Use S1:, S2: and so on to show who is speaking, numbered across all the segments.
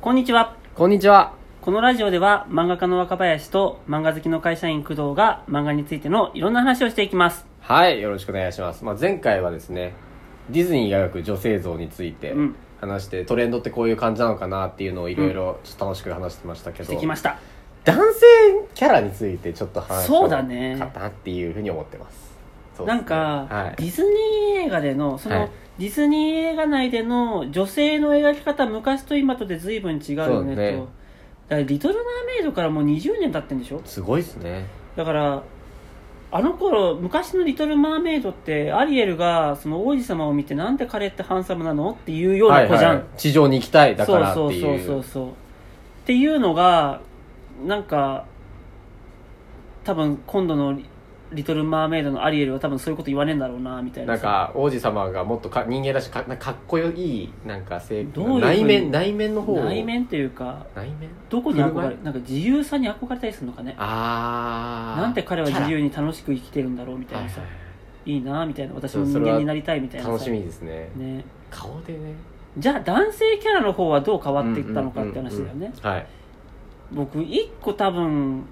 S1: こんにちは。
S2: こんにちは。
S1: このラジオでは漫画家の若林と漫画好きの会社員工藤が漫画についてのいろんな話をしていきます。
S2: はい、よろしくお願いします。まあ、前回はですね、ディズニーが描く女性像について
S1: うん
S2: 話して、トレンドってこういう感じなのかなっていうのをいろいろちょっと楽しく話してましたけ
S1: し
S2: ど、
S1: てきました。
S2: 男性キャラについてちょっと話した
S1: そうだね
S2: かったなっていうふうに思ってます。そうで
S1: な
S2: すね
S1: んか、
S2: はい
S1: ディズニー映画での、その、
S2: はい
S1: ディズニー映画内での女性の描き方、昔と今とで随分違うよね
S2: そうね
S1: と。だからリトル・マーメイドからもう20年経ってんでしょ
S2: すごいですね。
S1: だからあの頃昔の「リトル・マーメイド」ってアリエルがその王子様を見てなんで彼ってハンサムなのっていうような子じゃん、
S2: はいはい地上に行きたいだからって
S1: そう
S2: い。
S1: そううそうそうっていうのがなんか多分今度のリ「リトル・マーメイド」のアリエルは多分そういうこと言わねえんだろうなみたいな
S2: なん
S1: さ
S2: か王子様がもっとか人間らしくかかっこよいなんか性
S1: どういうふうに
S2: 内面内面の方を
S1: 内面というか
S2: 内面
S1: どこに憧
S2: 振
S1: れ
S2: る舞い
S1: なんか自由さに憧れたりするのかね
S2: ああ
S1: なんで彼は自由に楽しく生きてるんだろうみたいなさ、い、いなみたいな私も人間になりたいみたいなさ
S2: 楽しみですね
S1: ね
S2: 顔でね
S1: じゃあ男性キャラの方はどう変わっていったのかって話だよね、
S2: うんうんうんはい
S1: 僕一個多分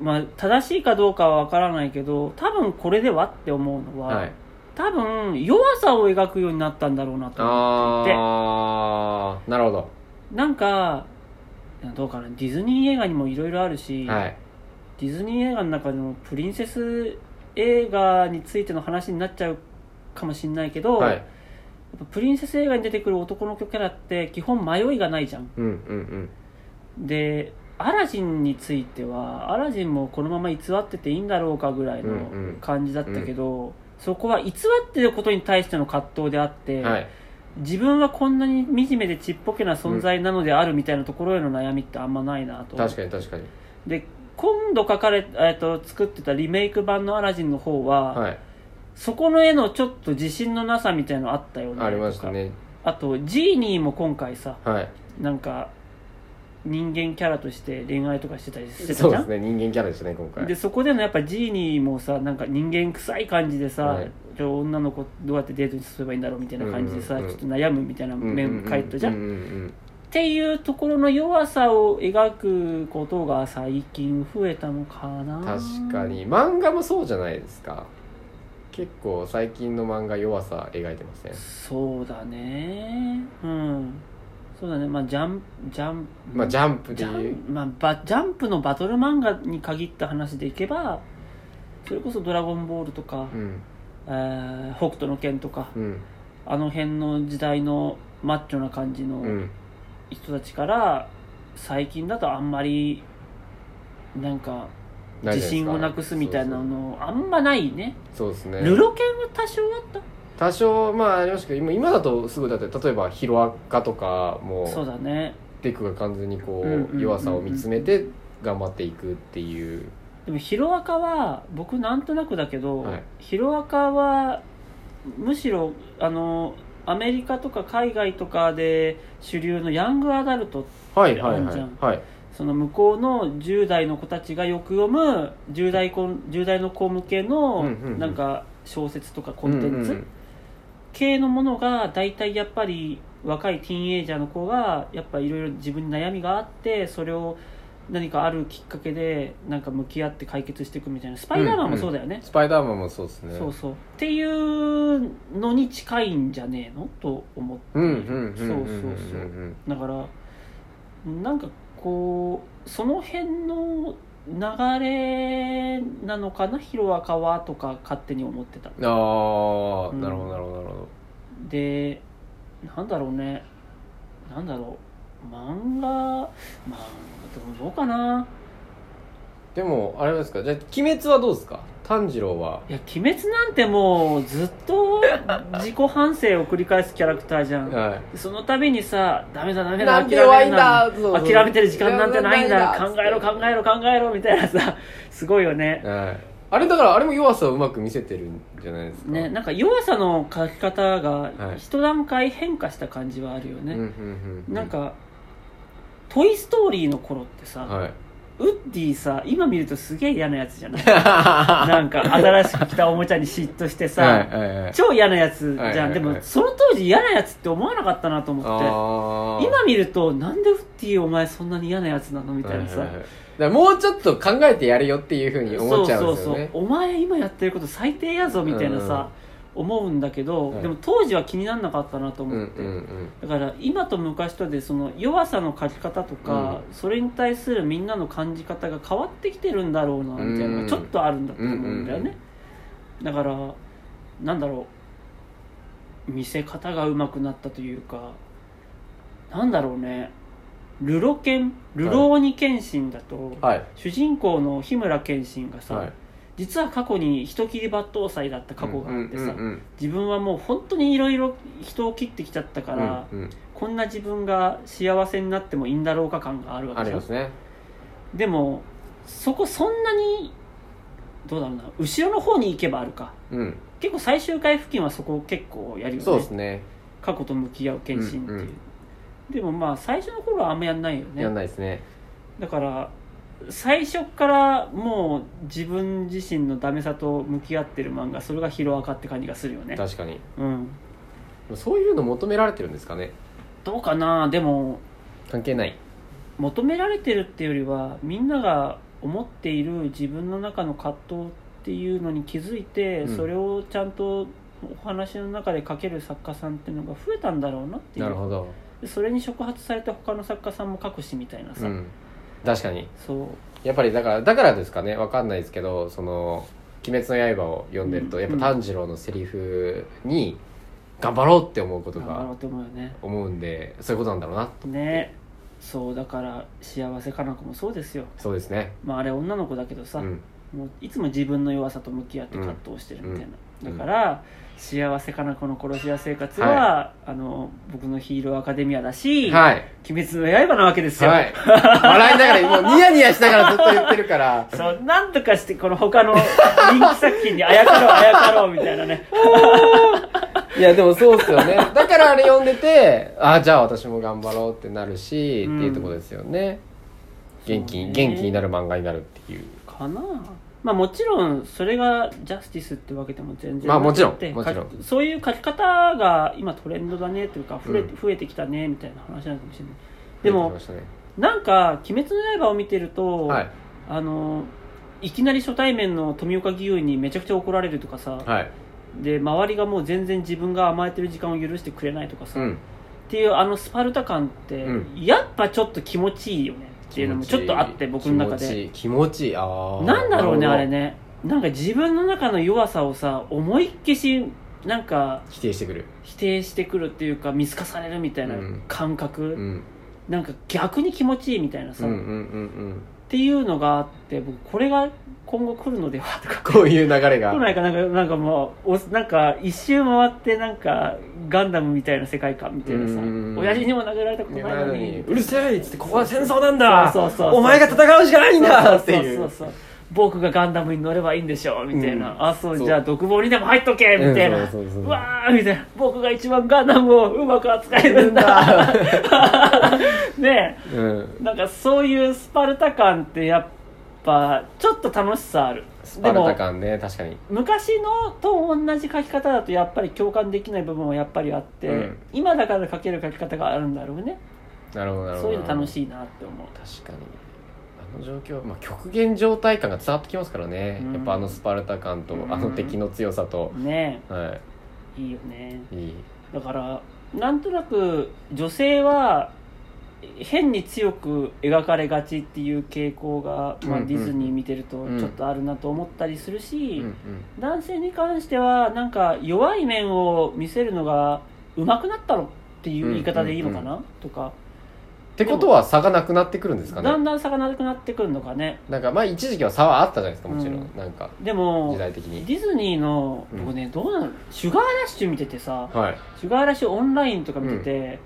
S1: まあ正しいかどうかは分からないけど多分これではって思うのは、
S2: はい
S1: 多分弱さを描くようになったんだろうなと思ってい
S2: ああなるほど
S1: てなんかどうかなディズニー映画にもいろいろあるし、
S2: はい
S1: ディズニー映画の中でもプリンセス映画についての話になっちゃうかもしれないけど、
S2: は
S1: やっ
S2: い
S1: ぱプリンセス映画に出てくる男の子キャラって基本迷いがないじゃん
S2: うんうん
S1: でアラジンについてはアラジンもこのまま偽ってていいんだろうかぐらいの
S2: うんうん
S1: 感じだったけど、そこは偽ってることに対しての葛藤であって、
S2: うんはい
S1: 自分はこんなに惨めでちっぽけな存在なのであるみたいなところへの悩みってあんまないなと
S2: 確かに確かに
S1: で今度書かれ、えっと作ってたリメイク版の「アラジン」の方は、
S2: はい
S1: そこの絵のちょっと自信のなさみたいなのあったよね
S2: ありましたね
S1: あとジーニーも今回さ
S2: はい
S1: なんか人間キャラとして恋愛とかしてたりしてたじゃ
S2: そ
S1: ん
S2: うですね人間キャラでしたね今回
S1: でそこでのやっぱジーニーもさなんか人間臭い感じでさ、
S2: はい
S1: じゃあ女の子どうやってデートに誘えばいいんだろうみたいな感じでさ、
S2: うんうんうん
S1: ちょっと悩むみたいな面描いたじゃん,、
S2: うんうんうん
S1: っていうところの弱さを描くことが最近増えたのかな
S2: 確かに漫画もそうじゃないですか結構最近の漫画弱さ描いてません
S1: そうだねうんそうだねまあジャンジャン
S2: まあジャンプ
S1: ジ
S2: でい
S1: ャ
S2: う
S1: ン,、まあ、ばジャンプのバトル漫画に限った話でいけばそれこそ「ドラゴンボール」とか、
S2: うん
S1: えー北斗の拳」とか
S2: うん
S1: あの辺の時代のマッチョな感じの
S2: うん
S1: 人たちから、最近だとあんまりなんか
S2: な
S1: 自
S2: いじゃいですか
S1: 信をなくすみたいなのあんまないね
S2: そうそうそうですね
S1: ルロケンは多少あった
S2: 多少まあありましたけど今今だとすぐだって例えばヒロアカとかも
S1: そうだね
S2: デクが完全にこ
S1: うんうんうんう
S2: うん弱さを見つめて頑張っていくっていう
S1: でもヒロアカは僕なんとなくだけど、
S2: はい
S1: ヒロアカはむしろあのアメリカとか海外とかで主流のヤングアダルト
S2: はいはい
S1: あん
S2: は
S1: じ
S2: い
S1: ゃん
S2: はい
S1: その向こうの10代の子たちがよく読む10代子10代の子向け
S2: う
S1: の
S2: んうんうん
S1: なんか小説とかコンテン
S2: うんうん
S1: ツ系のものが大体やっぱり若いティーンエイジャーの子がやっぱいろいろ自分に悩みがあってそれを何かあるきっかけでなんか向き合って解決していくみたいなスパイダーマンもそうだよね、
S2: スパイダーマンもそうですね
S1: そうそうっていうのに近いんじゃねえのと思ってい
S2: うん
S1: る、
S2: うんうんうんうん
S1: そうそう
S2: う
S1: そうんだからなんかこうその辺の流れなのかなヒロアカはとか勝手に思ってた
S2: うんああ
S1: うん
S2: なるほどなるほどなるほど
S1: でなんだろうねなんだろう漫画漫画どうかな
S2: でもあれですかじゃあ鬼滅はどうですか炭治郎はい
S1: や鬼滅なんてもうずっと自己反省を繰り返すキャラクターじゃん
S2: は
S1: その度にさダメだダメ
S2: い
S1: だ
S2: なんて弱いんだ
S1: 諦めるな諦めてる時間なんてないんだ考えろ考え
S2: ろ
S1: ろ考えろみたいなさすごいよね
S2: あれだからあれも弱さをうまく見せてるんじゃないですか
S1: ね、なんか弱さの書き方が
S2: はい
S1: 一段階変化した感じはあるよ
S2: う
S1: ね、
S2: んうんうんうん
S1: なんか「トイ・ストーリー」の頃ってさ、
S2: はい
S1: ウッディさ今見るとすげえ嫌なやつじゃない なんか新しく来たおもちゃに嫉妬してさ、
S2: はいはいはい
S1: 超嫌なやつじゃん、
S2: はいはいはい
S1: でもその当時嫌なやつって思わなかったなと思っ
S2: あ
S1: て
S2: ー
S1: 今見るとなんでウッディお前そんなに嫌なやつなのみたいなさ、
S2: はははだからもうちょっと考えてやれよっていうふうに思っちゃうんですよね
S1: お前今やってること最低やぞみたいなさ、思うんだけど、
S2: はい
S1: でも当時は気にならなかったなと
S2: うん
S1: 思
S2: う
S1: っ
S2: ん
S1: て、
S2: うん
S1: だから今と昔とでその弱さの書き方とか、それに対するみんなの感じ方が変わってきてるんだろうなみたいなの
S2: うん
S1: がちょっとあるんだと思うんだよね、だからなんだろう見せ方が上手くなったというかなんだろうねルロケンルローニケンシンだと、
S2: はい
S1: 主人公の日村謙信がさ、
S2: はい
S1: 実は過去に人切り抜刀斎だった過去があってさ、
S2: うんうんうん
S1: 自分はもう本当にいろいろ人を切ってきちゃったから、
S2: うんうん
S1: こんな自分が幸せになってもいいんだろうか感があるわ
S2: あ
S1: け
S2: り
S1: で
S2: ますすね
S1: でもそこそんなにどうだろうな後ろの方に行けばあるか
S2: うん
S1: 結構最終回付近はそこ結構やるよね
S2: そうですね
S1: 過去と向き合う謙信っていう、
S2: うんうん
S1: でもまあ最初の頃はあんまやんないよね
S2: やんないですね
S1: だから最初からもう自分自身のダメさと向き合ってる漫画それがヒロアカって感じがするよね
S2: 確かに
S1: うん
S2: そういうの求められてるんですかね
S1: どうかなでも
S2: 関係ない
S1: 求められてるっていうよりはみんなが思っている自分の中の葛藤っていうのに気づいて、
S2: うん
S1: それをちゃんとお話の中で書ける作家さんっていうのが増えたんだろうなっていう
S2: なるほど
S1: でそれに触発されて他の作家さんも書くしみたいなさ、
S2: うん確かに
S1: そう
S2: やっぱりだからだからですかねわかんないですけどその「鬼滅の刃」を読んでると、
S1: うん
S2: やっぱ炭治郎のセリフに頑張ろうって思うこと
S1: 頑張ろ
S2: が
S1: うと思うよね
S2: 思うんでそういうことなんだろうな
S1: ねそうだから幸せかな子もそうですよ
S2: そうですね
S1: まああれ女の子だけど
S2: う
S1: さ、
S2: ん
S1: もういつも自分の弱さと向き合って葛藤してるみたいな、
S2: うんうん
S1: だから幸せかなこの殺し屋生活は、あの僕のヒーローアカデミアだし、
S2: はい
S1: 鬼滅の刃なわけですよ、
S2: はい笑いながらもうニヤニヤしながらずっと言ってるから
S1: そうなんとかしてこの他の人 気作品にあやかろうあやかろうみたいなね
S2: いやでもそうですよね だからあれ読んでてあじゃあ私も頑張ろうってなるし、
S1: うん
S2: っていうところですよね元気
S1: そうね
S2: 元気になる漫画になるっていう
S1: かなまあもちろんそれがジャスティスってわけでも全然
S2: まあもちろん
S1: なくて
S2: もちろん
S1: かそういう書き方が今トレンドだねというか増え,、
S2: うん
S1: 増えてきたねみたいな話なのかもしれないでも
S2: 出てきましたね
S1: なんか「鬼滅の刃」を見てると、
S2: はい
S1: あのいきなり初対面の富岡義勇にめちゃくちゃ怒られるとかさ、
S2: はい
S1: で周りがもう全然自分が甘えてる時間を許してくれないとかさ、
S2: う
S1: っ
S2: ん
S1: ていうあのスパルタ感って、
S2: うん
S1: やっぱちょっと気持ちいいよねっていうのもちょっとあって僕の中で
S2: 気持ちいい気持ちいいあー
S1: なんだろうね
S2: な
S1: あ
S2: るほど
S1: れねなんか自分の中の弱さをさ思いっきしなんか
S2: 否定してくる
S1: 否定してくるっていうか見透かされるみたいな
S2: うん
S1: 感覚、
S2: うん
S1: なんか逆に気持ちいいみたいな
S2: う
S1: さ、
S2: んうんう
S1: っ
S2: ん
S1: ていうのがあって僕これが今後来るのではとか
S2: こういう流れ
S1: 来
S2: が
S1: ないかなんかなんかもうおなんか一周回ってなんかガンダムみたいな世界観みたいなさ
S2: うん
S1: 親父にも殴られたことないのに
S2: うるせえっつってここは戦争なんだ
S1: そうそうそうそう
S2: お前が戦うしかないんだってい
S1: そう
S2: う
S1: そうそうそう僕がガンダムに乗ればいいんでしょみたいな、
S2: うん
S1: あそう
S2: そう
S1: じゃあ独房にでも入っとけみたいな、
S2: うんそうそうそう
S1: うわーみたいな僕が一番ガンダムをうまく扱えるんだ ね
S2: うん
S1: えなんかそういうスパルタ感ってやっぱちょっと楽しさある
S2: スパル
S1: で
S2: タ
S1: も
S2: 感ね確かに
S1: 昔のと同じ書き方だとやっぱり共感できない部分はやっぱりあって、
S2: うん
S1: 今だから書ける書き方があるんだろうね
S2: なるほどなるほど
S1: そういうの楽しいなって思う
S2: 確かにあの状況、まあ、極限状態感が伝わってきますからね、
S1: うん
S2: やっぱあのスパルタ感と、
S1: うん
S2: あの敵の強さと、
S1: ね
S2: は
S1: えいいよね
S2: いいい
S1: だからなんとなく女性は変に強く描かれがちっていう傾向が、まあ、
S2: うんうん
S1: ディズニー見てると
S2: うん
S1: ちょっとあるなと思ったりするし、
S2: うんうん
S1: 男性に関してはなんか弱い面を見せるのが上手くなったのっていう言い方でいいのかな、とか
S2: ってことは差がなくなってくるんですか
S1: だん
S2: ね
S1: だん差がなくなってくるのかね
S2: なんかまあ一時期は差はあったじゃないですかもちろん、
S1: う
S2: なんか
S1: で
S2: 時
S1: も
S2: 代的
S1: デ
S2: に
S1: ィズニーの
S2: うん
S1: 僕ね、どうなのシュガーラッシュ見ててさ
S2: はい
S1: シュガーラッシュオンラインとか見てて、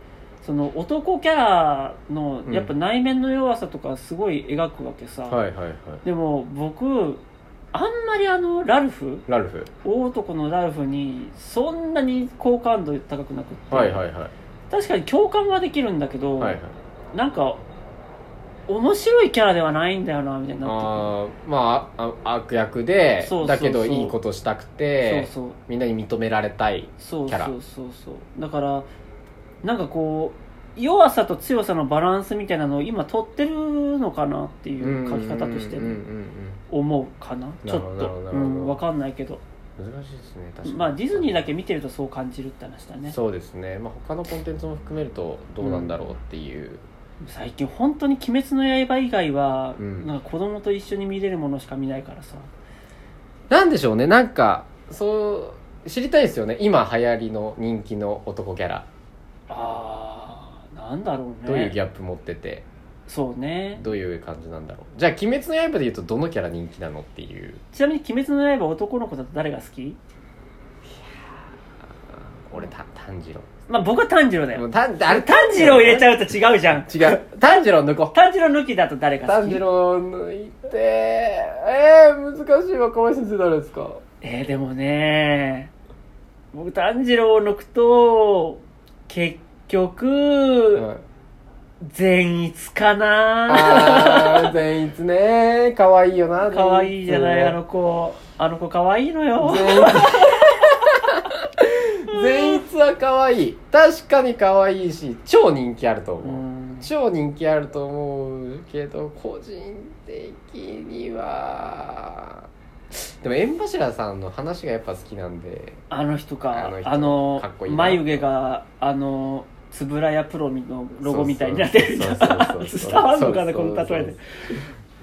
S1: その男キャラの
S2: うん
S1: やっぱ内面の弱さとかすごい描くわけさ、
S2: はいはいはい
S1: でも僕あんまりあのラルフ
S2: ラルフ
S1: 大男のラルフにそんなに好感度高くなくって、
S2: はいはいはい
S1: 確かに共感はできるんだけど、
S2: はいはい
S1: なんか面白いキャラではないんだよなみたいになっ
S2: あーまああ悪役で
S1: そうそうそう
S2: だけどいいことしたく
S1: てく
S2: て
S1: るそうそう
S2: みんなに認められたい
S1: そう
S2: キャラ
S1: そうそうそうだからなんかこう弱さと強さのバランスみたいなのを今取ってるのかなっていう書き方として
S2: うんうん
S1: ね思うかなち
S2: な
S1: ょ
S2: る
S1: っ
S2: ほ
S1: と
S2: どなるほどな
S1: う
S2: るほど
S1: んわかんないけど
S2: うんうん難しいですね確かに
S1: まあディズニーだけ見てるとそう感じるって話だね
S2: そうですね、まあ、他のコンテンツも含めるとどうなんだろうっていう、
S1: 最近本当に「鬼滅の刃」以外は
S2: うん
S1: なんか子供と一緒に見れるものしか見ないからさ
S2: なんでしょうねなんかそう知りたいですよね今流行りの人気の男キャラ
S1: あーなんだろうね
S2: どういうギャップ持ってて、
S1: そうね
S2: どういう感じなんだろうじゃあ「鬼滅の刃」で言うとどのキャラ人気なのっていう
S1: ちなみに「鬼滅の刃」男の子だと誰が好き
S2: 俺た炭治郎
S1: まあ僕は炭治郎だ
S2: も
S1: よ
S2: う炭あ
S1: あ
S2: れ
S1: れ炭治郎入れち
S2: ゃ
S1: ゃうと違うじゃん
S2: 違う炭治郎抜こう
S1: 炭治郎抜きだと誰が好
S2: 炭
S1: き
S2: 治郎抜いてえー、難しい若林先生誰ですか
S1: えー、でもね僕炭治郎を抜くと結局、
S2: はい
S1: 善逸かな
S2: あー善逸ね可愛いよな
S1: 可愛いじゃないあの
S2: 子
S1: 子あの子可愛いのよ
S2: 善逸は可愛い確かに可愛いし超人気あると
S1: う
S2: 思う、
S1: ん
S2: 超人気あると思うけど個人的にはでも縁柱さんの話がやっぱ好きなんで
S1: あの人か
S2: あの人
S1: あの
S2: かっこいいな
S1: 眉毛があのつぶらやプロのロゴみたいになってる
S2: そうそうそうそ う
S1: 伝わんのかな
S2: そ
S1: こ
S2: うそう
S1: の
S2: そう
S1: 例え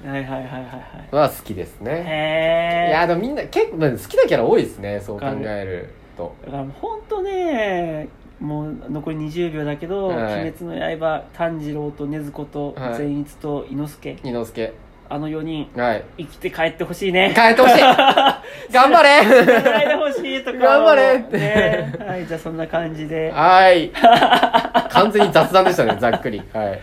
S1: ではいはいはいはいはい
S2: は好きですねい
S1: へ
S2: や
S1: え
S2: でもみんな結構まあ好きなキャラ多いですねそう考えると
S1: だから本当ねもう残り20秒だけど「
S2: はい
S1: 鬼滅の刃」炭治郎と禰豆子と
S2: はい
S1: 善逸と伊之助
S2: 伊之助
S1: あの4人
S2: はい
S1: 生きて帰ってほしいね
S2: 変えてほしい頑張れ
S1: 繋 いでほしいとか
S2: 頑張れって
S1: ねはいじゃあそんな感じで
S2: はい。完全に雑談でしたね、ざっくり。はい。